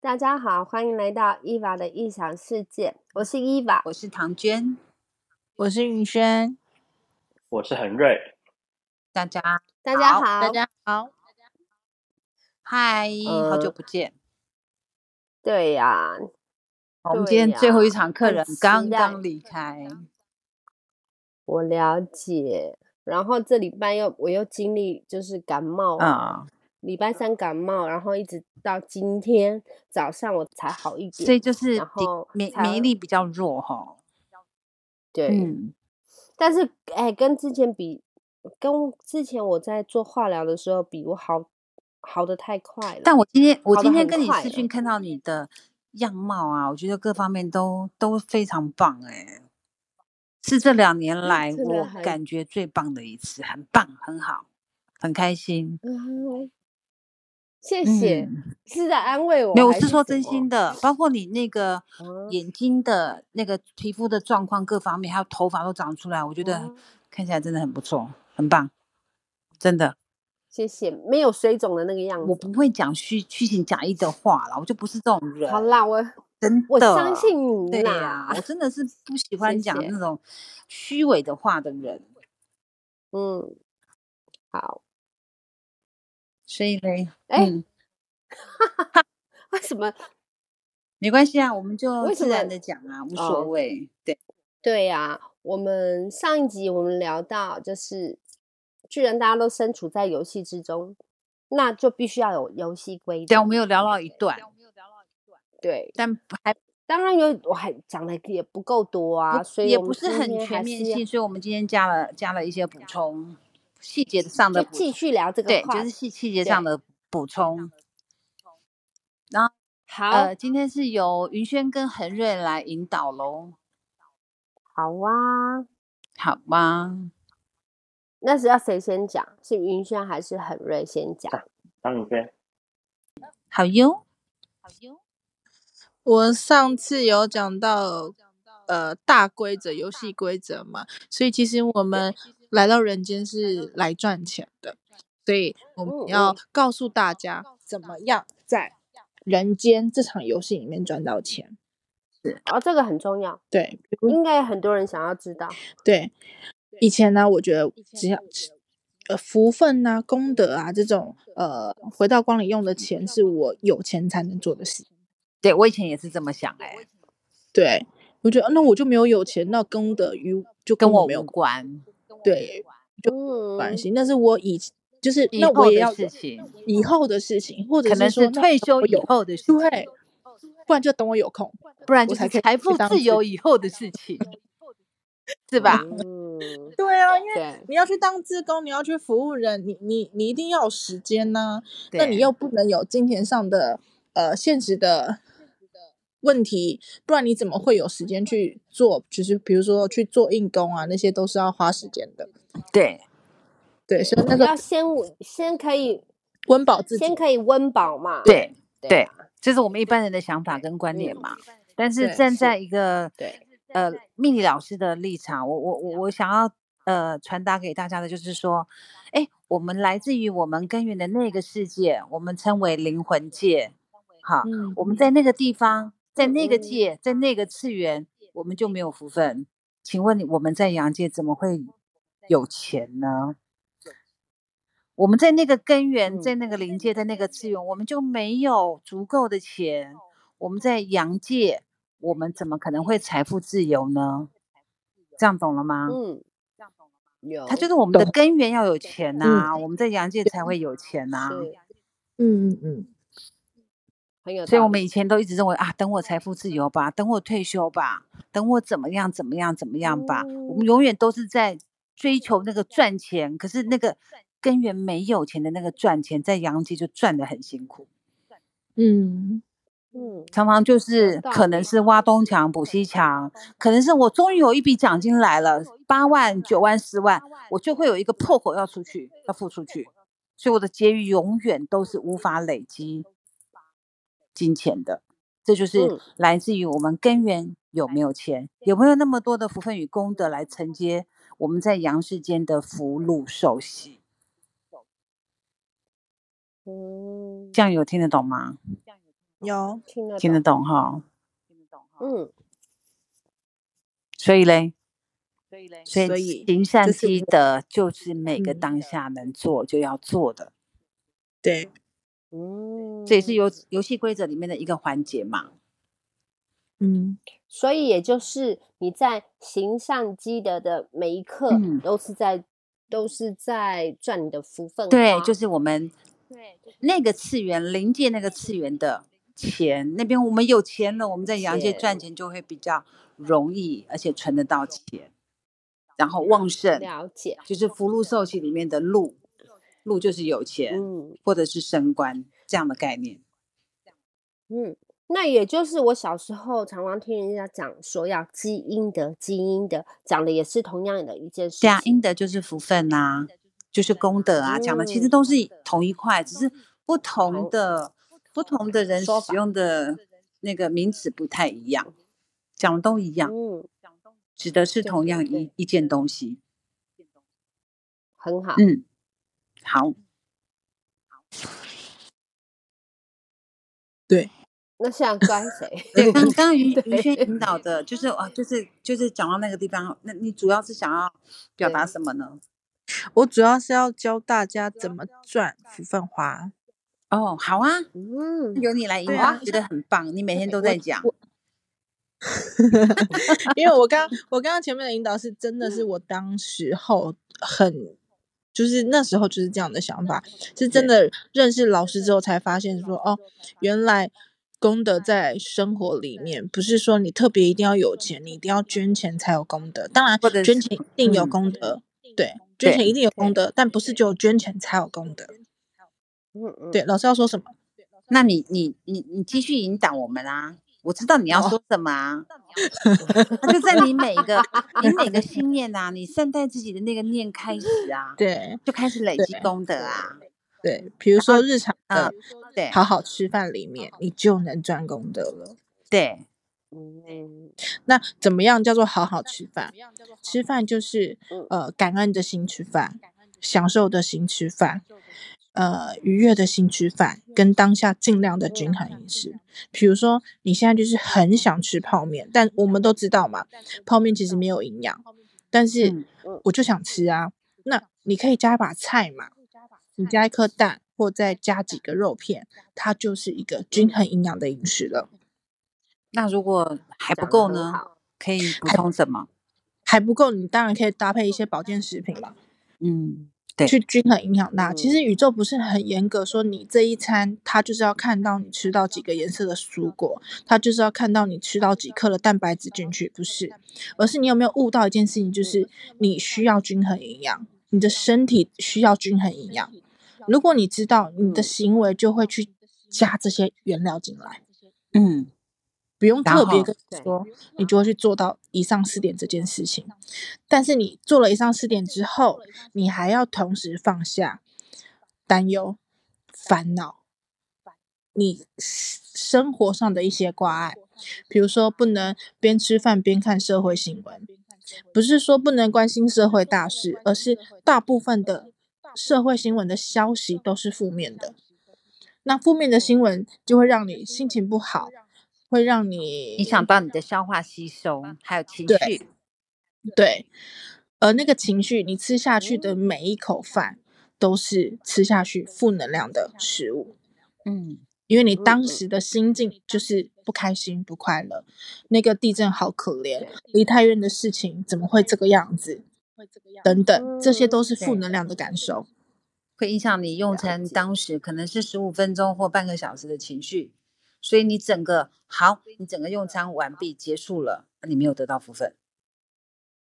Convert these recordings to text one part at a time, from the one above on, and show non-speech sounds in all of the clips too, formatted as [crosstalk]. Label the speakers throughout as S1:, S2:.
S1: 大家好，欢迎来到伊娃的异想世界，我是伊娃。
S2: 我是唐娟，
S3: 我是云轩，
S4: 我是恒瑞，
S2: 大家
S1: 大家好，
S2: 好
S3: 大家好。
S2: 嗨，
S1: 呃
S2: 好久不见！
S1: 对呀、
S2: 我们
S1: 对
S2: 今天最后
S1: 呀
S2: 一场客
S1: 很
S2: 人
S1: 期
S2: 刚
S1: 待
S2: 刚离开，
S1: 我了解。然后这礼拜又我又经历就是感冒，
S2: 啊，
S1: 礼拜三感冒，然后一直到今天早上我才好一
S2: 所
S1: 点。
S2: 以就是
S1: 然
S2: 抵
S1: 后
S2: 免
S1: 才
S2: 免疫力比较弱哈。
S1: 对，
S2: 嗯，
S1: 但是哎、跟之前比，跟之前我在做化疗的时候比，我好好的太快了。
S2: 但我今天我
S1: 好得
S2: 今天
S1: 很
S2: 跟你
S1: 快
S2: 视
S1: 了
S2: 讯看到你的样貌啊，我觉得各方面都都非常棒哎、是这两年来
S1: 真的
S2: 我
S1: 很
S2: 感觉最棒的一次，很棒，很好，很开心。
S1: 嗯，谢谢，
S2: 嗯
S1: 是在安慰我。
S2: 没有，我
S1: 还是
S2: 是说
S1: 什
S2: 真
S1: 么
S2: 心的，包括你那个
S1: 嗯
S2: 眼睛的那个皮肤的状况，各方面，还有头发都长出来，我觉得
S1: 哦
S2: 看起来真的很不错，很棒，真的。
S1: 谢谢，没有水肿的那个样
S2: 我
S1: 子。
S2: 不会讲虚虚情假意的话啦，我就不是这种人。
S1: 好啦，，我
S2: 真的，
S1: 我相信你
S2: 对
S1: 啦
S2: 呀、。我
S1: [laughs]
S2: 真的是不喜欢讲
S1: 谢
S2: 那种虚伪的话的人。
S1: 嗯，
S2: 嗯
S1: 好。
S2: 所以嘞，
S1: 哎、
S2: 嗯，
S1: 为什么？
S2: 没关系啊，我们就
S1: 为什
S2: 自然
S1: 么
S2: 的讲啊，无
S1: 哦
S2: 所谓。对，
S1: 对呀、我们上一集我们聊到，就是既然大家都身处在游戏之中，那就必须要有游戏规
S2: 对
S1: 则。
S2: 啊，我们有聊到一段，
S1: 对，
S2: 但还
S1: 当然有，我还讲的也不够多啊，
S2: 不
S1: 所以
S2: 也
S1: 我们
S2: 不是
S1: 今
S2: 很
S1: 天还
S2: 全面
S1: 是要
S2: 性，所以我们今天加了加了一些补充，细节上的
S1: 就
S2: 补
S1: 继续聊这个
S2: 对，
S1: 话
S2: 就是
S1: 题
S2: 细细节
S1: 对
S2: 上的补充。
S1: 好、
S2: 呃，今天是由云轩跟恒瑞来引导喽，
S1: 好啊。
S2: 好吗？
S1: 那是要谁先讲？是云轩还是很瑞先讲？
S4: 张宇轩，
S2: 好哟，
S3: 我上次有讲到呃大规则、游戏规则嘛，所以其实我们来到人间是来赚钱的，所以我们
S1: 嗯
S3: 要
S1: 嗯
S3: 告诉大家怎么样在人间这场游戏里面赚到钱。
S1: 哦，这个很重要，
S3: 对，比
S2: 嗯
S3: 如
S1: 应该很多人想要知道。
S3: 对，以前呢，我觉得只要呃福分呐、功德啊这种呃回到光里用的钱，是我有钱才能做的事。
S2: 对我以前也是这么想哎、
S3: 对我觉得啊那我就没有有钱，那功德与就
S2: 跟我
S3: 没有
S2: 无关，
S3: 对
S1: 嗯，
S3: 关系。那是我哦以就是
S2: 以
S3: 那
S2: 后
S3: 我也
S2: 的
S3: 要
S2: 事
S3: 有
S2: 情，
S3: 以后的事情，或者
S2: 可能
S3: 说
S2: 是
S3: 那
S2: 退
S3: 等
S2: 休
S3: 我
S2: 以
S3: 有
S2: 后的事情，
S3: 对，不然就等我有空。
S2: 不然就
S3: 我才
S2: 是
S3: 可以
S2: 财
S3: 去
S2: 富
S3: 当
S2: 自
S3: 自
S2: 由以后的事情，是吧？
S1: 嗯，
S3: 对啊，因为
S1: 对，
S3: 你要去当志工，你要去服务人，你你你一定要有时间呐、那
S2: 对
S3: 你又不能有金钱上的呃现实的问题，不然你怎么会有时间去做？就是比如说去做硬工啊，那些都是要花时间的。
S2: 对，
S3: 对，所以那
S1: 要
S3: 个
S1: 先先可以
S3: 温饱自己
S1: 先，可以温饱嘛。
S2: 对
S1: 对啊
S2: 这是我们一般人的想法跟观念嘛。但是
S3: 对
S2: 站
S3: 是
S2: 在一个
S3: 对
S2: 呃命理老师的立场，我我我我想要呃传达给大家的就是说，哎，我们来自于我们根源的那个世界，我们称为灵魂界，哈，
S3: 嗯
S2: 我们在那个地方，在
S1: 嗯
S2: 那个
S1: 嗯
S2: 界，在那个次元，我们就没有福分。请问你，我们在阳界怎么会有钱呢？我们在那个根
S1: 嗯
S2: 源，在那个灵界，在那个次元，我们就没有足够的钱。我们在阳界，我们怎么可能会财富自由呢？这样懂了吗？
S1: 嗯，有，
S2: 它就是我们的
S3: 懂
S2: 根源要有钱呐、我们在阳界才会有钱呐、
S1: 嗯是
S3: 嗯嗯嗯，
S1: 很有道理，
S2: 所以我们以前都一直认为啊，等我财富自由吧，等我退休吧，等我怎么样怎么样怎么样吧。我们
S1: 嗯
S2: 永远都是在追求那个赚钱，可是那个根源没有钱的那个赚钱，在阳界就赚得很辛苦，
S3: 嗯，
S1: 嗯
S2: 常常就是
S1: 道
S2: 可能
S1: 理
S2: 是挖东墙补西墙，可能是我终于有一笔奖金来了，八万、九万、十万，我就会有一个破口要出去，要付出去，所以我的结余永远都是无法累积金钱的。这就是
S1: 嗯
S2: 来自于我们根源有没有钱，有没有那么多的福分与功德来承接我们在阳世间的福禄寿喜。
S1: 嗯
S2: 这样有听得懂吗？
S3: 有
S1: 听得
S2: 听得
S1: 懂，
S2: 懂哈？
S1: 嗯，
S2: 所以嘞，
S5: 所以嘞，
S2: 所
S3: 所
S2: 以
S3: 以
S2: 行善
S3: 就是
S2: 积德就是每个
S3: 嗯
S2: 当下能做就要做的，
S3: 对，
S1: 嗯，
S2: 这也是游游戏规则里面的一个环节嘛。
S3: 嗯，
S1: 所以也就是你在行善积德的每一刻
S2: 嗯，
S1: 都是在、都是在赚你的福分花。
S2: 对，就是我们那个次元临界那个次元的钱，那边我们有钱了，我们在阳界
S1: 钱
S2: 赚钱就会比较容易，而且存得到钱，然后旺盛，
S1: 了解，
S2: 就是福禄寿喜里面的禄，禄就是有钱、
S1: 嗯
S2: 或者是升官这样的概念。
S1: 嗯。那也就是我小时候常常听人家讲说要积阴德，积阴德，讲的也是同样的一件事
S2: 对啊，
S1: 情。
S2: 阴德就是福分呐、就是功德啊，讲的其
S1: 嗯
S2: 实都是同一块，只是不同的不同的人
S1: 说法
S2: 使用的那个名词不太一样，讲的都一样，
S1: 嗯，
S2: 指的是
S1: 对
S2: 同
S1: 对
S2: 样
S1: 对
S2: 一一件东西。
S1: 很好。
S2: 嗯，
S1: [laughs]
S2: 好，
S1: 那现在怪谁？ [laughs]
S2: 对，刚刚于于
S1: 对
S2: 轩引导的，就是啊，就是就是讲到那个地方，那你主要是想要表达
S1: 对
S2: 什么呢？
S3: 我主要是要教大家怎么赚福分花。
S2: 哦，好啊， [laughs]
S1: 嗯，
S2: 由你来引
S3: 对
S2: 导，
S3: 啊
S2: 觉得很棒，你每天都在讲，
S3: [laughs] 因为我 [laughs] 刚我刚刚前面的引导是真的是我当时 [laughs] 候很，就是那时候就是这样的想法，是真的认识老师之后才发现说哦，原来功德在生活里面，不是说你特别一定要有钱，你一定要捐钱才有功德，当然
S2: 或者
S3: 捐
S2: 是
S3: 钱一定有
S2: 嗯
S3: 功德，对，
S2: 对
S3: 捐钱一定有功德，但不是只有捐钱才有功德。
S1: 嗯嗯，
S3: 对，老师要说什么？
S2: 那你你你你继续引导我们啦、我知道你要
S3: 哦
S2: 说什么啊，
S3: [laughs]
S2: 那就在你每一个你每个心念啊，你善待自己的那个念开始啊，
S3: 对
S2: 就开始累积
S3: 对
S2: 功德啊，
S3: 对，比如说日常
S2: 嗯
S3: 的，
S2: 对
S3: 好好吃饭里面，你就能赚功德了。
S2: 对，
S1: 嗯
S3: 那怎么样叫做好好吃饭？吃饭就是
S1: 嗯
S3: 呃感恩的心吃饭，享受的心吃饭，呃愉悦的心吃饭，跟当下尽量的均衡饮食。比如说你现在就是很想吃泡面，但我们都知道嘛，泡面其实没有营养，但
S2: 嗯
S3: 是
S1: 嗯
S3: 我就想吃啊。那你可以加一把菜嘛，你加一颗蛋，或再加几个肉片，它就是一嗯个均衡营养的饮食了。
S2: 那如果还不
S1: 讲得
S2: 够
S1: 很
S2: 呢
S1: 好，
S2: 可以补
S3: 还
S2: 充什么？
S3: 还不够，你当然可以搭配一些保健食品嘛，
S2: 嗯，对，
S3: 去均衡营养它。
S1: 嗯
S3: 其实宇宙不是很严格，说你这一餐它就是要看到你吃到几个颜色的蔬果，它就是要看到你吃到几克的蛋白质进去，不是，而是你有没有悟到一件事情，就是你需要均衡营养，你的身体需要均衡营养。如果你知道，你
S1: 嗯
S3: 的行为就会去加这些原料进来，
S2: 嗯，
S3: 不用
S2: 然
S3: 特别
S2: 后
S3: 跟你
S1: 对
S3: 说，你就会去做到以上四点这件事情。但是你做了以上四点之后，你还要同时放下担忧、烦恼，你生活上的一些挂碍，比如说不能边吃饭边看社会新闻，不是说不能关心社会大事，而是大部分的社会新闻的消息都是负面的。那负面的新闻就会让你心情不好，会让你
S2: 影响到你的消化吸收，还有情
S3: 对
S2: 绪，
S3: 对，而那个情绪，你吃下去的每一口饭都是吃下去负能量的食物，
S2: 嗯，
S3: 因为你
S1: 嗯
S3: 当
S1: 嗯
S3: 时的心境就是不开心、不快乐。那个地震好可怜
S1: 对，
S3: 离太远的事情怎么会这个样子？等等，这些
S1: 嗯
S3: 都是负
S2: 对
S3: 能量的感受。
S2: 会影响你用成
S1: 解
S2: 当时可能是十五分钟或半个小时的情绪，所以你整个好，你整个用餐完毕结束了，你没有得到福分，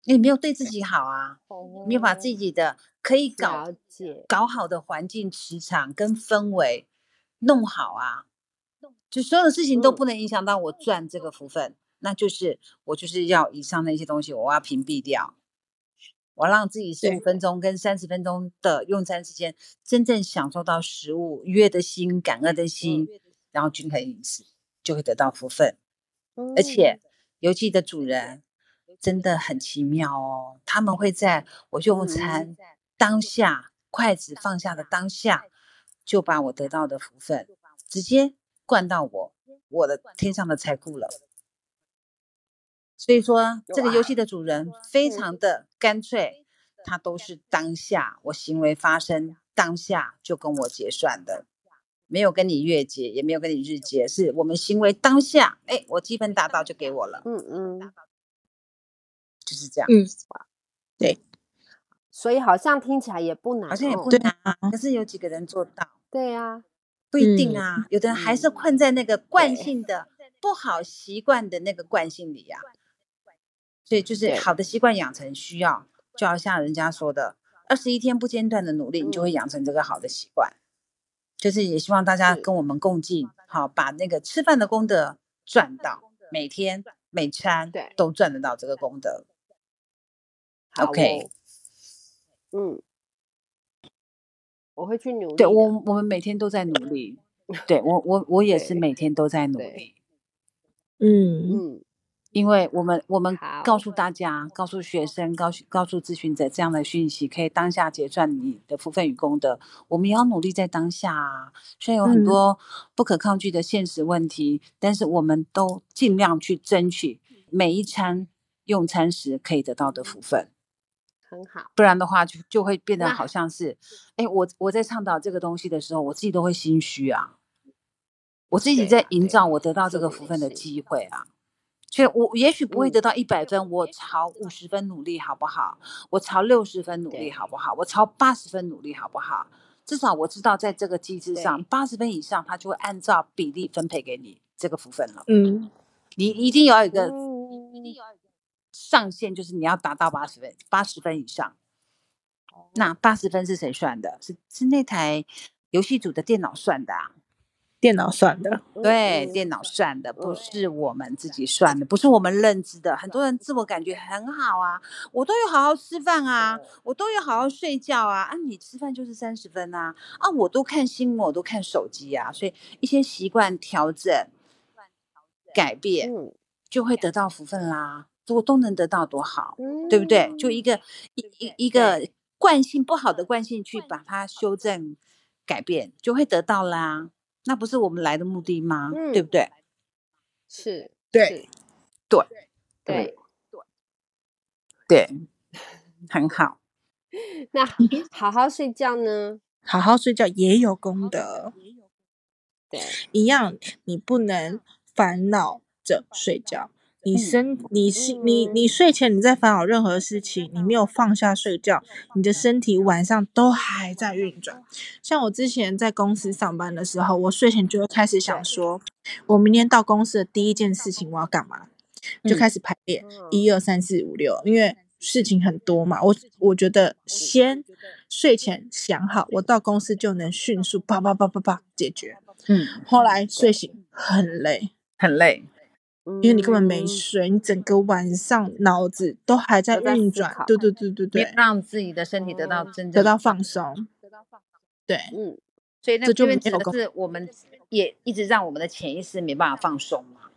S2: 你没有对自己好啊，
S1: 哦
S2: 没有把自己的可以搞
S1: 了解，
S2: 搞好的环境、磁场跟氛围弄好啊，就所有事情都
S1: 嗯
S2: 不能影响到我赚这个福分，那就是我就是要以上那些东西，我要屏蔽掉。我让自己十五
S3: 对
S2: 分钟跟三十分钟的用餐时间，真正享受到食物愉悦的心、感恩的心，然后均衡饮食，就会得到福分。而且游戏的主人真的很奇妙哦，他们会在我用
S1: 嗯
S2: 餐当下，筷子放下的当下，就把我得到的福分直接灌到我我的天上的财库了。所以说，这个游戏的主人非常的干脆，他都是当下我行为发生，当下就跟我结算的，没有跟你月结，也没有跟你日结，是我们行为当下，哎，我积分达到就给我了，
S1: 嗯嗯，
S2: 就是这样。
S3: 嗯，
S1: 所以好像听起来也不难哦，
S2: 好像也不
S3: 对
S2: 难啊，可是有几个人做到？
S1: 对呀，
S2: 不一定
S3: 嗯
S2: 啊，有的人还是困在那个惯性的不好习惯的那个惯性里呀、所以就是
S1: 对
S2: 好的习惯养成需要，就好像人家说的，二十一天不间断的努力，你就会养成这个好的习惯。就是也希望大家
S1: 是
S2: 跟我们共进，好把那个吃饭的功德赚到，每天每餐
S1: 对
S2: 都赚得到这个功德。
S1: 好
S2: OK
S1: 哦嗯，我会去努力的，
S2: 对我，我们每天都在努力。对我，我我也是
S1: 对
S2: 每天都在努
S1: 对
S2: 力。
S3: 嗯，
S1: 嗯，
S2: 因为我们我们
S1: 好
S2: 告诉大家、告诉学生、告诉告诉咨询者这样的讯息，可以当下结算你的福分与功德。我们也要努力在当下啊，虽然有很
S3: 嗯
S2: 多不可抗拒的现实问题，但是我们都尽量去争取每一餐用餐时可以得到的福分。
S1: 很好，
S2: 不然的话就就会变得
S1: 那
S2: 好像是，哎，我我在倡导这个东西的时候，我自己都会心虚啊，我自己
S1: 对
S2: 在
S1: 啦
S2: 营
S1: 对
S2: 造
S1: 啦
S2: 我得到
S1: 说
S2: 这个
S1: 的
S2: 福
S1: 也
S2: 分的
S1: 是
S2: 机会啊。所以我也许不会
S1: 嗯
S2: 得到一百分，我
S1: 啊
S2: 朝五十分努力好不好？我朝六十分努
S1: 对
S2: 力好不好？我朝八十分努力好不好？至少我知道在这个机制上，
S1: 对
S2: 八十分以上，它就会按照比例分配给你这个福分了。
S3: 嗯，
S2: 你一定要有一个
S1: 嗯，
S2: 上限就是你要达到八十分，八十分以上。那八十分是谁算的？是是那台游戏组的电脑算的、啊，
S3: 电脑算的，
S2: 对，
S1: 嗯
S2: 电脑算的，不
S1: 嗯
S2: 是我们自己算的，不是我们认知的。很多人自我感觉很好啊，我都有好好吃饭啊，我都有好好睡觉啊，啊，你吃饭就是三十分啊，啊，我都看新闻，我都看手机啊，所以一些习惯调整、改变，
S1: 嗯
S2: 就会得到福分啦。如果都能得到多好，
S1: 嗯，
S2: 对不对？就一个一一一个惯性不好的惯性去
S5: 惯
S2: 把
S5: 性
S2: 它修正、改变，就会得到啦。那不是我们来的目的吗？对
S1: 嗯
S2: 不对？
S1: 是，
S3: 对
S1: 是
S2: 对
S1: 对，
S2: 对， [laughs] 很好。
S1: 那
S2: 嗯
S1: 好好睡觉呢，
S3: 好好睡觉也有功德，
S1: 对，
S3: 一样，你不能烦恼着嗯睡觉。你身，你是你，你
S1: 嗯
S3: 睡前你在烦恼任何事情，你没有放下睡觉，你的身体晚上都还在运转。像我之前在公司上班的时候，我睡前就会开始想说，我明天到公司的第一件事情我要干嘛，就
S2: 嗯
S3: 开始排列
S1: 嗯
S3: 一二三四五六，因为事情很多嘛。我我觉得先睡前想好，我到公司就能迅速叭叭叭叭叭解决。
S2: 嗯，
S3: 后来睡醒很累，
S2: 很累。
S3: 因为你根本没
S1: 嗯
S3: 睡，你整个晚上脑子都还在
S1: 都在
S3: 运
S1: 思
S3: 转
S1: 考。
S3: 对对对对
S2: 你
S3: 对，
S2: 让自己的身体得到
S1: 哦
S2: 真正
S3: 得
S2: 的
S3: 到放松。对，
S1: 嗯，
S2: 所以那
S3: 这就
S2: 边
S3: 没
S2: 指
S3: 有
S2: 的
S3: 功
S2: 是我们也一直让我们的潜意识没办法放松嘛。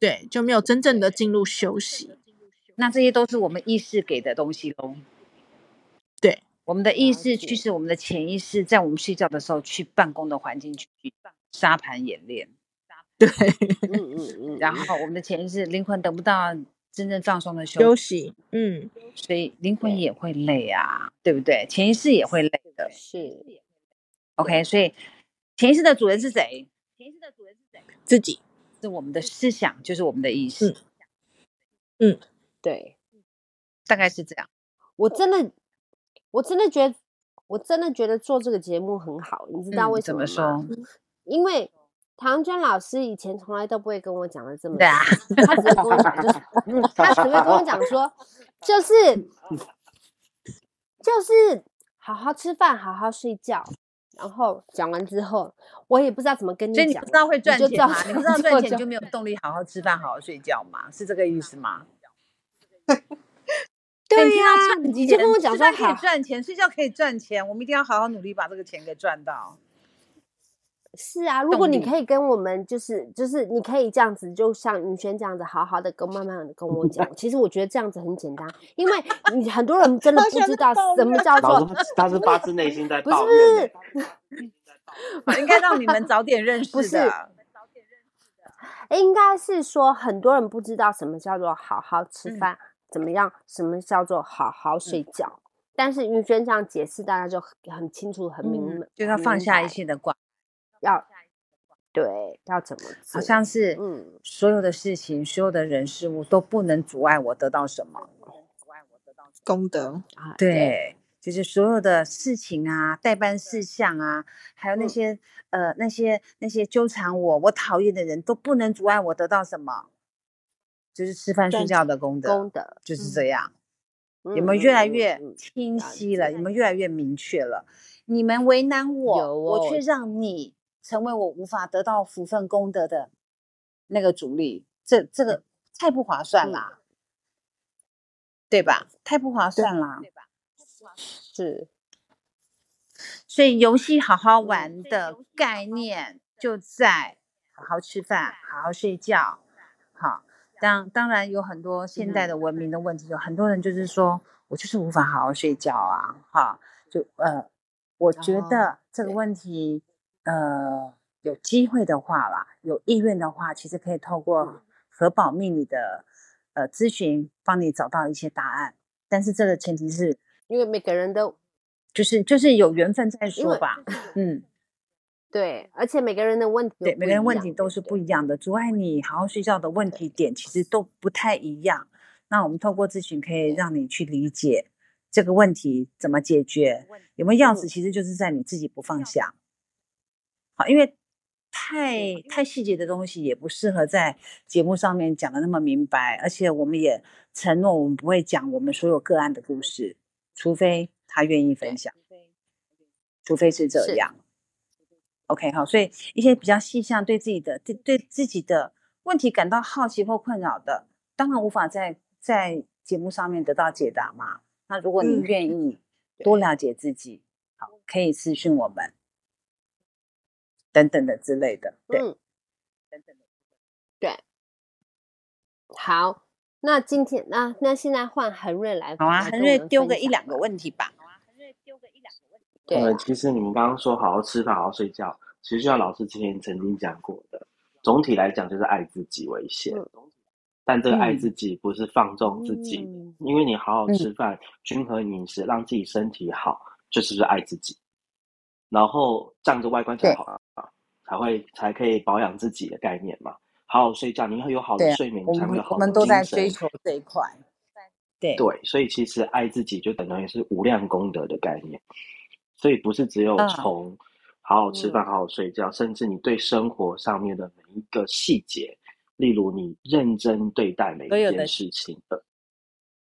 S3: 对，就没有真正的进入休息。
S2: 那这些都是我们意识给的东西喽。
S3: 对，
S2: 我们的意
S1: 了
S2: 识
S1: 解
S2: 驱使我们的潜意识，在我们睡觉的时候去办公的环境去沙盘演练，
S3: 对，
S1: 嗯嗯嗯，
S2: 然
S1: 嗯
S2: 后我们的潜意识灵魂得不到真正放松的休息
S3: 休息，嗯，
S2: 所以灵
S1: 对
S2: 魂也会累啊，对不对？潜意识也会累的。
S1: 是
S2: OK，所以潜意识的主人是谁？
S3: 自己，
S2: 是我们的思想，就是我们的意识，
S3: 嗯
S1: 对
S2: 大概是这样。
S1: 我真的，我真的觉得，我真的觉得做这个节目很好，你知道
S2: 嗯
S1: 为什
S2: 怎
S1: 么
S2: 么
S1: 吗？
S2: 说？
S1: 因为唐娟老师以前从来都不会跟我讲的这么
S2: 对啊
S1: 细，她只会跟我讲，就是
S2: [laughs] 嗯
S1: 她只会跟我讲说，就是就是好好吃饭，好好睡觉。然后讲完之后，我也不知道怎么跟你
S2: 所以
S1: 讲
S2: 你不知道会赚
S1: 就
S2: 钱
S1: 知道
S2: 吗？
S1: 怎
S2: 你
S1: 么
S2: 不知道
S1: 做
S2: 赚钱，
S1: 就
S2: 你就没有动力好好吃饭、好好睡觉吗？是这个意思吗？所以
S1: 对
S2: 你
S1: 呀、
S2: 听到赚
S1: 你就跟
S2: 钱
S1: 我讲
S2: 吃
S1: 说
S2: 饭可
S1: 好
S2: 以，赚钱，睡觉可以赚钱，我们一定要好好努力把这个钱给赚到。
S1: 是啊，如
S2: 动
S1: 果你
S2: 力
S1: 可以跟我们，就是就是你可以这样子，就像云轩这样子，好好的跟慢慢的跟我
S2: [laughs]
S1: 讲。其实我觉得这样子很简单，因为你很多人真的不知道什么叫
S4: 老
S1: 做
S4: 师不他是发自内心在
S1: 不是
S4: 抱
S1: 不
S4: 怨
S1: 是
S4: 的，
S2: 应该让你们早点认
S1: 不
S2: 识的。
S1: 应该是说很多人不知道什么叫做好好
S2: 嗯
S1: 吃饭，怎么样，什么叫做好好睡觉。但是云轩这样解释，大家就很很清楚、很明、
S2: 嗯，就要放下一
S1: 些，
S2: 切的挂，
S1: 要对要怎么做，
S2: 好像是
S1: 嗯
S2: 所有的事情、所有的人事物都不能阻碍我得到什么。
S3: 功德，
S1: 啊
S2: 对，就是所有的事情啊、代办事项啊，还有那
S1: 嗯
S2: 些、呃那些那些纠缠我、我讨厌的人都不能阻碍我得到什么，就是吃饭睡
S3: 赞
S2: 觉的功德，
S1: 功德
S2: 就是
S3: 嗯
S2: 这样。有
S1: 嗯
S2: 没
S1: 嗯
S2: 有越来
S1: 嗯
S2: 越
S1: 嗯
S2: 清
S1: 了
S2: 晰了？
S1: 解
S2: 有没有越来越明确了？你们为难我，
S1: 有哦
S2: 我却让你成为我无法得到福分功德的那个阻力，这这个太不划算
S1: 嗯
S2: 啦，对吧？太不划算啦。
S1: 是
S2: 所以游戏好好玩的概念就在好好吃饭、好好睡觉。好，当当然有很多现代的文明的问题，有很多人就是说我就是无法好好睡觉啊，哈，就呃，我觉
S1: 哦
S2: 得这个问题，呃，有机会的话啦，有意愿的话，其实可以透过核保命理的呃咨询，帮你找到一些答案。但是这个前提是，
S1: 因为每个人都
S2: 就是就是有缘分再
S1: 为
S2: 说吧，嗯。
S1: 对，而且每个人的问题都
S2: 对，
S1: 不
S2: 每个人
S1: 一
S2: 问
S1: 样
S2: 题都是不一样的，阻碍你好好睡觉的问题点其实都不太一样。那我们透过咨询可以让你去理解这个问题怎么解决，有没有
S1: 嗯
S2: 钥匙，其实就是在你自己不放下。好，因为太太细节的东西也不适合在节目上面讲的那么明白，而且我们也承诺我们不会讲我们所有个案的故事，除非他愿意分享，除非是这
S1: 是
S2: 样。OK，好，所以一些比较细项对自己的对对自己的问题感到好奇或困扰的，当然无法在在节目上面得到解答嘛。那如果你
S3: 嗯
S2: 愿意多了解自己，好，可以私讯我们，等等的之类的。对，
S1: 嗯，对，好，那今天那那现在换恒瑞来，
S2: 好啊，
S1: 来
S2: 恒
S1: 跟我
S2: 瑞
S1: 们
S2: 丢
S1: 分
S2: 个一
S1: 享
S2: 两个
S1: 吧
S2: 问题吧。
S1: 啊
S2: 啊
S1: 对
S4: 呃，
S1: 啦
S4: 其实你们刚刚说好好吃饭、好好睡觉，其实就像老师之前曾经讲过的，总体来讲就是爱自己为先。
S1: 嗯
S4: 但这个爱
S2: 嗯
S4: 自己不是放纵自己，
S1: 嗯
S4: 因为你好好
S2: 嗯
S4: 吃饭、均衡饮食，让自己身体好，这就是爱自己。然后这样子外观才
S2: 对
S4: 好啊，才会才可以保养自己的概念嘛。好好睡觉，你会有好的
S2: 对啊，
S4: 睡眠，
S2: 我
S4: 才会有
S2: 们我
S4: 好的
S2: 们都
S4: 精
S2: 在追
S4: 神。
S2: 求这一块。对，
S4: 对，所以其实爱自己就等于是无量功德的概念，所以不是只有
S2: 嗯
S4: 从好好吃饭、
S1: 嗯
S4: 好好睡觉，甚至你对生活上面的每一个细节，例如你认真对待每
S2: 所
S4: 一
S2: 有
S4: 件
S2: 的
S4: 事情，而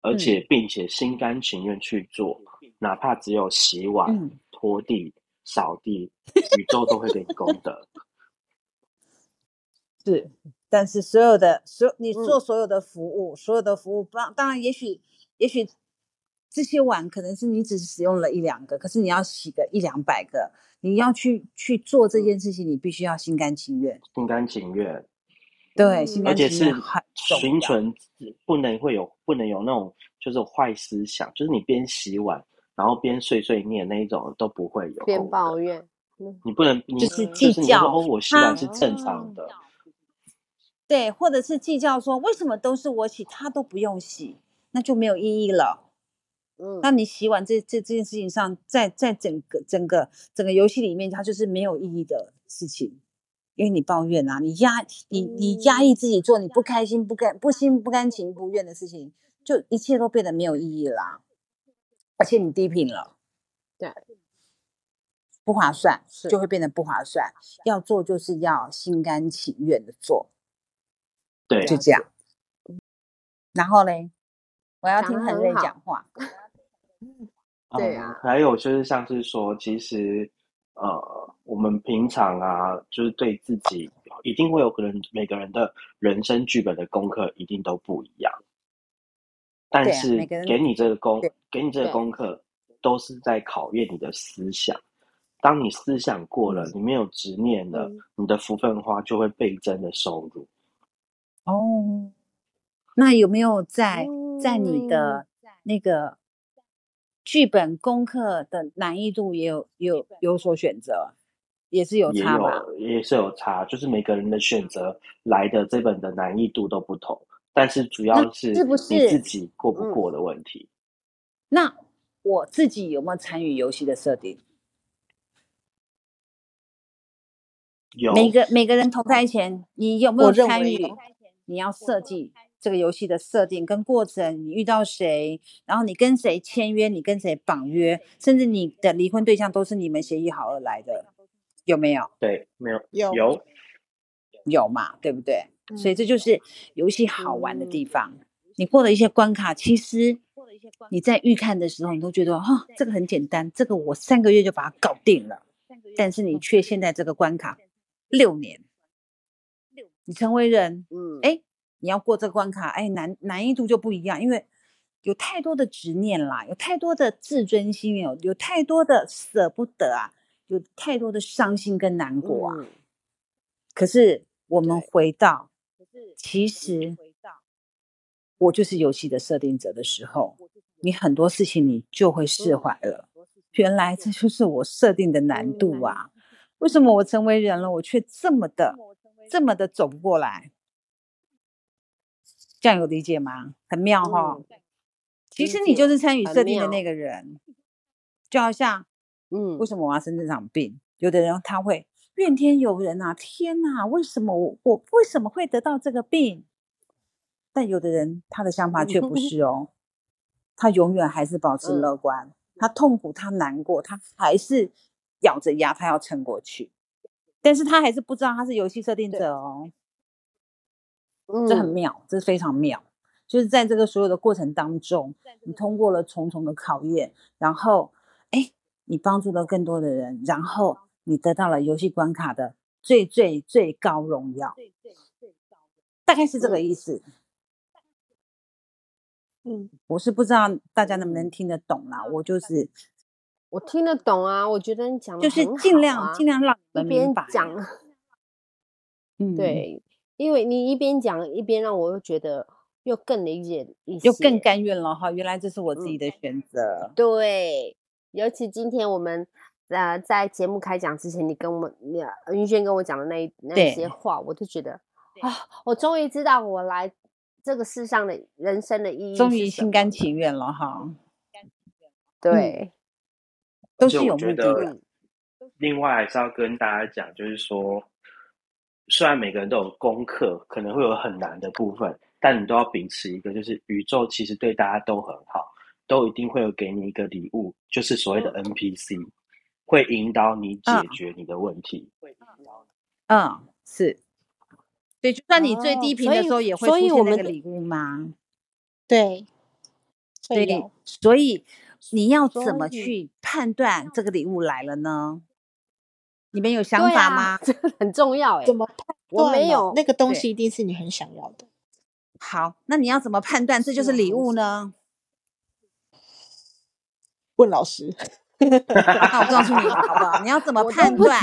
S4: 而
S2: 嗯
S4: 且并且心甘情愿去做，哪怕只有洗碗、
S2: 嗯，
S4: 拖地、扫地，宇宙都会给你功德。
S2: 是，但是所有的所有你
S1: 嗯
S2: 做所有的服务，所有的服务，当当然也许也许这些碗可能是你只使用了一两个，可是你要洗个一两百个，你要去去做
S4: 嗯
S2: 这件事情，你必须要心甘情愿，
S4: 心甘情愿，
S2: 对，心
S1: 嗯
S4: 而
S2: 甘
S4: 且
S2: 情
S4: 是
S2: 愿很重
S4: 循
S2: 要，
S4: 存，不能会有不能有那种就是坏思想，就是你边洗碗然后边碎碎念那一种都不会有
S1: 边
S4: 功
S1: 抱
S4: 德。
S1: 怨，嗯
S4: 你不能，你
S2: 就是
S1: 嗯
S4: 就
S2: 计
S4: 是你会说
S2: 较
S4: 哦，我洗
S2: 他哦
S4: 碗是正常的，
S2: 对，或者是计较说为什么都是我洗，他都不用洗，那就没有意义了。
S1: 嗯
S2: 那你洗碗这这这件事情上，在在整个整个整个游戏里面，它就是没有意义的事情，因为你抱怨啊，你压你你压抑自己做你不开心、不甘不心、不甘情不愿的事情，就一切都变得没有意义啦，而且你低频了，
S1: 对，
S2: 不划算，
S1: 是
S2: 就会变得不划算。要做就是要心甘情愿的做，
S4: 对，啊
S2: 就
S1: 了
S2: 这样。然后嘞，我要
S1: 讲
S2: 听
S1: 得
S2: 恒
S1: 很
S2: 瑞
S1: 好
S2: 讲话。
S1: 对
S4: 嗯
S1: 啊，
S4: 还有就是像是说，其实呃，我们平常啊，就是对自己一定会有可能每个人的人生剧本的功课一定都不一样，但
S2: 对啊，每
S4: 是
S2: 个人
S4: 给你这个功
S2: 对，啊
S4: 给你这个
S1: 对
S4: 功课，都是在考验你的思想。当你思想过了，
S2: 嗯
S4: 你没有执念了，
S1: 嗯
S4: 你的福分花就会倍增的收入。
S2: 哦，那有没有在在你
S1: 嗯
S2: 的那个剧本功课的难易度也有有有所选择？也是有
S4: 也
S2: 差吧？
S4: 有也是有差，就是每个人的选择来的这本的难易度都不同，但是主要是
S1: 是不
S4: 你自
S1: 是
S4: 己过不
S1: 嗯
S4: 过的问题。
S2: 那我自己有没有参与游戏的设定？
S4: 有
S2: 每个每个人投胎前，你有没有
S3: 我认
S2: 参
S3: 为
S2: 与
S3: 有？
S2: 你要设计这个游戏的设定跟过程，你遇到谁，然后你跟谁签约，你跟谁绑约，甚至你的离婚对象都是你们协议好而来的，有没有？
S4: 对，没有
S3: 有
S4: 有，
S2: 有嘛，对不对？所以
S3: 嗯
S2: 这就是游戏好玩的
S1: 嗯
S2: 地方。你过了一些关卡，其实你在预看的时候，你都觉得哈、哦，这个很简单，这个我三个月就把它搞定了。但是你却现在这个关卡六年，你成为人，
S1: 嗯，
S2: 哎，你要过这个关卡，哎，难难易度就不一样，因为有太多的执念啦，有太多的自尊心，有有太多的舍不得啊，有太多的伤心跟难过啊。
S1: 嗯
S2: 可是我们
S1: 对
S2: 回到，其实我就是游戏的设定者的时候，你很多事情你就会释
S1: 嗯
S2: 怀了。原来这就是我设定的难度啊！为什么我成为人了，我却这么的、这么的走不过来？这样有理解吗？很妙哈、
S1: 嗯
S2: 其
S1: 理
S2: 实你
S1: 解
S2: 就是参与
S1: 很
S2: 设定的
S1: 妙
S2: 那个人，就好像
S1: 嗯
S2: 为什么我要生这场病？有的人他会怨天尤人啊，天哪，为什么我我为什么会得到这个病？但有的人他的想法却不是
S1: [laughs]
S2: 哦，他永远还是保持
S1: 嗯
S2: 乐观，他痛苦，他难过，他还是咬着牙，他要撑过去。但是他还是不知道他是游戏设定
S1: 对
S2: 者哦，
S1: 嗯，
S2: 这很妙，这非常妙。就是在这个所有的过程当中，你通过了重重的考验，然后，哎，你帮助了更多的人，然后你得到了游戏关卡的最最最高荣耀，大概是这个意思。
S3: 嗯，
S2: 我是不知道大家能不能
S1: 嗯
S2: 听得懂啦，我就是
S1: 我听得懂啊，我觉得你讲的
S2: 就是
S1: 很
S2: 尽
S1: 好
S2: 量、
S1: 啊
S2: 尽量让你
S1: 一
S2: 们明
S1: 边
S2: 白，
S1: 讲，
S2: 嗯，，
S1: 对，因为你一边讲一边让我又觉得又更理解一些，
S2: 就更甘愿了哈。原来这是我自己
S1: 嗯
S2: 的选择，
S1: 对，尤其今天我们呃在节目开讲之前，你跟我们你呃云轩跟我讲的那一那
S2: 对
S1: 些话，我就觉得啊，我终于知道我来这个世上的人生的意义，
S2: 终于心甘。情嗯愿了哈，
S1: 对，
S2: 都
S4: 就是我
S2: 有
S4: 觉
S2: 目的
S4: 得
S2: 的，
S1: 嗯
S4: 另外还是要跟大家讲，就是说，虽然每个人都有功课，可能会有很难的部分，但你都要秉持一个，就是宇宙其实对大家都很好，都一定会有给你一个礼物，就是所谓的
S2: 嗯
S4: NPC，会引导你解决你的问题。
S2: 嗯，是。对，就算你最
S1: 哦
S2: 低频
S1: 所
S2: 的
S1: 以
S2: 时候，也会
S1: 所
S2: 出
S1: 以我
S2: 现那
S1: 们
S2: 个
S1: 的
S2: 礼物吗？
S3: 对，
S2: 所
S3: 会
S2: 以
S3: 有，
S2: 所以你要怎
S3: 所
S2: 么
S3: 以
S2: 去判断这个礼物来了呢？你们有想
S1: 对
S2: 法
S1: 啊，
S2: 吗？
S1: [laughs] 这个很重要哎、
S3: 怎么判
S1: 我
S3: 断
S1: 没有
S3: 哦那个东
S2: 对
S3: 西一定是你很想要的，
S2: 好，那你要怎么判断这就是
S1: 是
S2: 礼
S1: 很
S2: 物
S1: 想
S2: 呢？
S3: 问老师。
S2: 那我告诉你好不
S1: [laughs]
S2: 好？你要怎么
S1: 我都
S2: 判
S1: 不
S2: 断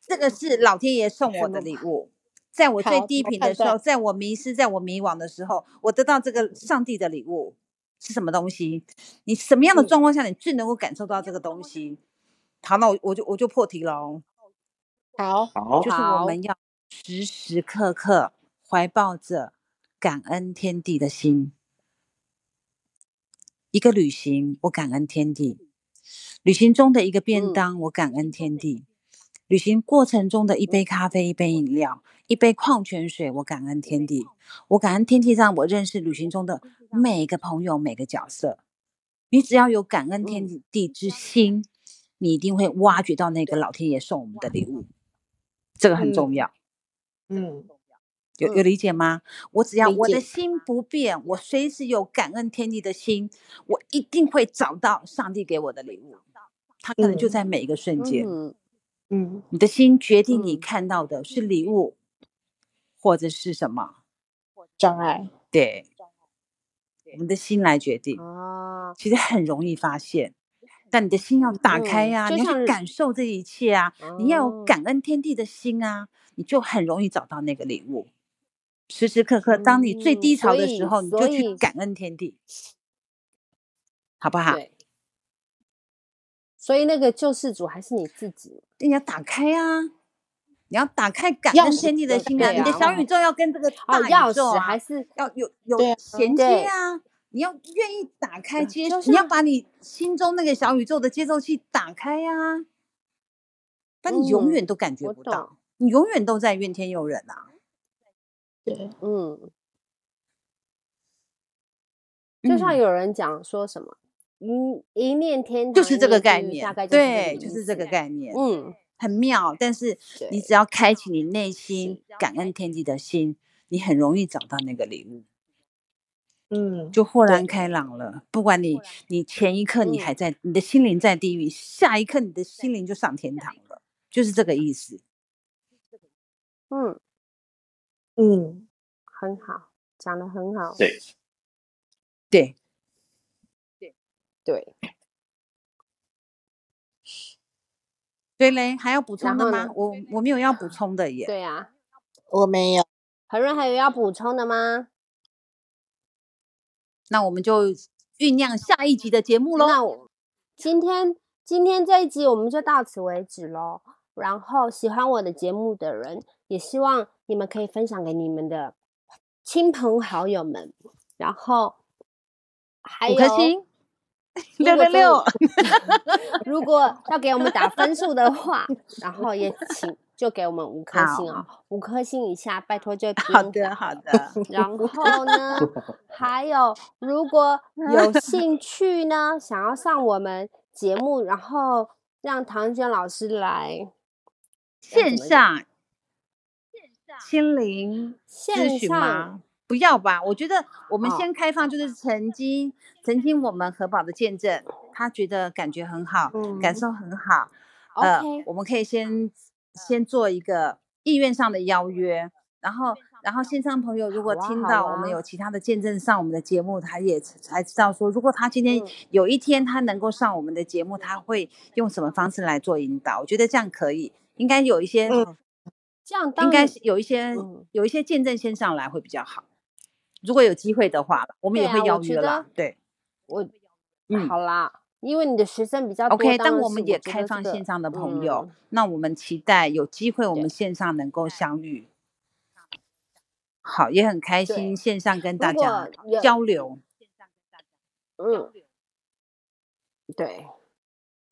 S2: 这个是老天爷送我
S1: 怎
S2: 的
S1: 么
S2: 礼物？在我最
S3: 好
S2: 低
S3: 怎么
S2: 频
S3: 判
S2: 的时候，
S3: 断
S2: 在我迷失、在我迷惘的时候，我得到这个上帝的礼物是什么东西？你什么样的
S3: 嗯
S2: 状况下你最能够感受到这个东西？好，那我我就我就破题哦喽，
S3: 好，
S4: 好
S2: 就，是我
S1: 好
S2: 们要时时刻刻怀抱着感恩天地的心。一个旅行，我感恩天地；旅行中的一个便
S1: 嗯
S2: 当，我感恩天地；旅行过程中的一
S1: 嗯
S2: 杯咖啡、一杯饮料、一杯矿泉水，我感恩天地。我感恩天地让我认识旅行中的每个朋友、每个角色。你只要有感恩天地之心，你一定会挖掘到那个老天爷送我们的礼物，这个很重
S3: 嗯
S2: 要。
S3: 嗯，
S2: 有有
S1: 嗯
S2: 理解吗？我只要
S3: 理
S2: 我的
S3: 解。
S2: 心不变，我随时有感恩天地的心，我一定会找到上帝给我的礼物。他可能就
S3: 嗯
S2: 在每一个瞬间。
S1: 嗯
S3: 嗯
S2: 你的心决定你
S1: 嗯
S2: 看到的是礼物，或者是什么？
S3: 障碍。
S2: 对，我们的心来决定。
S1: 啊
S2: 其实很容易发现，但你的心要打
S1: 嗯，
S2: 开呀、
S1: 就
S2: 你要去
S1: 像
S2: 感受这一切啊，你要有
S1: 哦
S2: 感恩天地的心啊，你就很容易找到那个礼物。时时刻刻，当你最
S1: 嗯，
S2: 低潮
S1: 所
S2: 的时
S1: 以
S2: 候，你
S1: 所
S2: 就去
S1: 以
S2: 感恩天地，好不好？
S1: 对，所以那个救世主还是你自己。
S2: 你要打开啊，你要打开感
S3: 钥
S2: 恩
S3: 匙
S2: 天地的心
S1: 对
S2: 啊，
S1: 啊
S2: 你的小宇宙要跟这个
S1: 哦，
S2: 大
S1: 钥
S2: 宇宙
S1: 匙
S2: 啊
S1: 还，是
S2: 要有有
S3: 对啊
S2: 衔接
S1: 对
S2: 啊，你要愿意打开
S1: 嗯
S2: 接
S1: 就，
S2: 你要
S1: 像
S2: 把你心中那个小宇宙的接奏器打开呀，但你永
S1: 嗯
S2: 远都感觉
S1: 我
S2: 不到
S1: 懂，
S2: 你永远都在怨天尤人啊。
S3: 对，
S1: 嗯，就像
S2: 嗯
S1: 有人讲说什么“一一念天堂”，
S2: 就是这
S1: 一
S2: 个
S1: 念
S2: 概
S1: 地狱
S2: 念
S1: 大概，就是这
S2: 对，
S1: 个
S2: 就
S1: 意
S2: 是这个
S1: 思
S2: 概念，
S1: 嗯，
S2: 很妙。但是你
S1: 对
S2: 只要开启你内心感恩天地的心，你很容易找到那个礼物。
S3: 嗯，
S2: 就豁
S3: 对
S2: 然开朗了。不管你你前一刻你
S1: 嗯
S2: 还在、你的心灵在地狱，下一刻你的心灵就上天堂了，就是这个意思。
S1: 嗯，
S3: 嗯，
S1: 很好，讲的很好，
S4: 对，
S2: 对，
S1: 对，
S2: 对嘞，还要补充的
S1: 然后
S2: 吗
S1: 呢？
S2: 我我没有要补充的耶。
S1: 对啊。
S3: 我没有，
S1: 何润还有要补充的吗？
S2: 那我们就酝酿下一集的节目喽。
S1: 那我今天今天这一集我们就到此为止喽。然后喜欢我的节目的人，也希望你们可以分享给你们的亲朋好友们。然后还
S2: 五
S1: 有
S2: 颗星，
S1: 如
S2: [laughs] 六
S1: 果
S2: 六
S1: 真的 [laughs]
S2: 六，
S1: 如果要给我们打分数的
S2: [laughs]
S1: 话，然后也请就给我们五颗星哦，五颗星以下，拜托就不
S2: 好
S1: 用
S2: 的
S1: 打。
S2: 好的，
S1: 然后
S2: [laughs]
S1: 呢，还有如果有兴趣呢，想要上我们节目，然后让唐娟老师来要怎么
S2: 线
S1: 讲
S2: 下心灵咨
S1: 线
S2: 询
S1: 上，
S2: 吗？不要吧，我觉得我们
S1: 哦
S2: 先开放，就是曾经、曾经我们核保的见证，他觉得感觉很好，感
S3: [laughs] [laughs] 嗯
S2: 受很好，呃
S1: OK 嗯
S2: 我们可以先先做一个意愿上的邀约，然后然后线上朋友如果
S1: 好啊
S2: 听
S1: 好
S2: 到我们
S1: 啊
S2: 有其他的见证上我们的节目，他也才知道说，如果他今天
S1: 嗯
S2: 有一天他能够上我们的节目，他会用什么方式来做引导？我觉得这样可以，应该有一些。
S3: 嗯
S1: 这样当
S2: 应该
S1: 然
S2: 是有一些、
S1: 嗯
S2: 有一些见证先上来会比较好。如果有机会的话，我们
S1: 对
S2: 也会
S1: 啊
S2: 邀
S1: 我觉
S2: 约啦
S1: 得。
S2: 对，
S1: 我
S2: 嗯
S1: 好啦，因为你的学生比较多，
S2: ，OK。
S1: 当
S2: 但
S1: 然
S2: 我
S1: 是
S2: 们
S1: 我
S2: 也
S1: 觉
S2: 开
S1: 得这
S2: 放
S1: 个
S2: 线上的朋友，
S1: 嗯
S2: 那我们期待有机会我
S1: 对嗯
S2: 们线上能够相遇。好，也很开
S1: 对
S2: 心线上跟大
S1: 如
S2: 家
S1: 果有
S2: 交流。
S1: 嗯，对，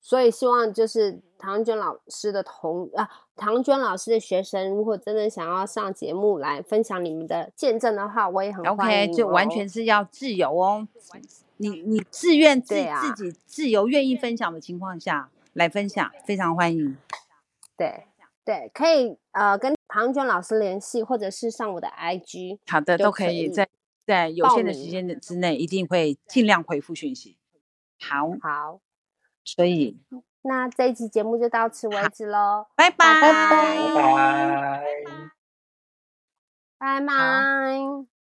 S1: 所以希望就是唐娟老师的同啊，唐娟老师的学生，如果真的想要上节目来分享你们的见证的话，我也很欢
S2: OK，
S1: 迎
S2: 就完
S1: 哦
S2: 全是要自由哦。你你自愿自、
S1: 对啊
S2: 自己自由愿意分享的情况下来分享，非常欢迎。
S1: 对对，可以呃跟唐娟老师联系，或者是上我的 IG
S2: 好的，
S1: 都
S2: 都可
S1: 可
S2: 以
S1: 以
S2: 在在有
S1: 报
S2: 限的时
S1: 名
S2: 间的之内，一定会尽量回复讯息。好，
S1: 好，
S2: 所以
S1: 那这一期节目就到此为止喽，
S2: 拜
S1: 拜
S2: 拜
S1: 拜
S4: 拜拜。
S1: 拜拜。
S2: 好